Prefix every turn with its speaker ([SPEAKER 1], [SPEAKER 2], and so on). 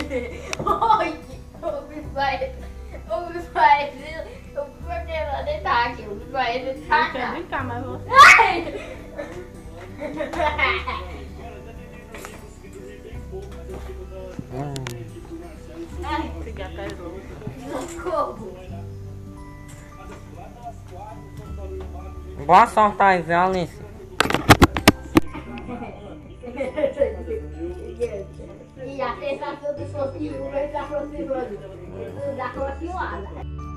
[SPEAKER 1] Oi, o que faz? O que faz? O que vai deitar aqui? O que vai
[SPEAKER 2] Ele quer
[SPEAKER 1] deitar?
[SPEAKER 2] brincar, mas você.
[SPEAKER 1] Ai,
[SPEAKER 2] Esse gato é louco.
[SPEAKER 1] socorro.
[SPEAKER 3] Boa sorte aí, viu, Alice?
[SPEAKER 1] E a sensação do fofinho vai se aproximando da rotilada.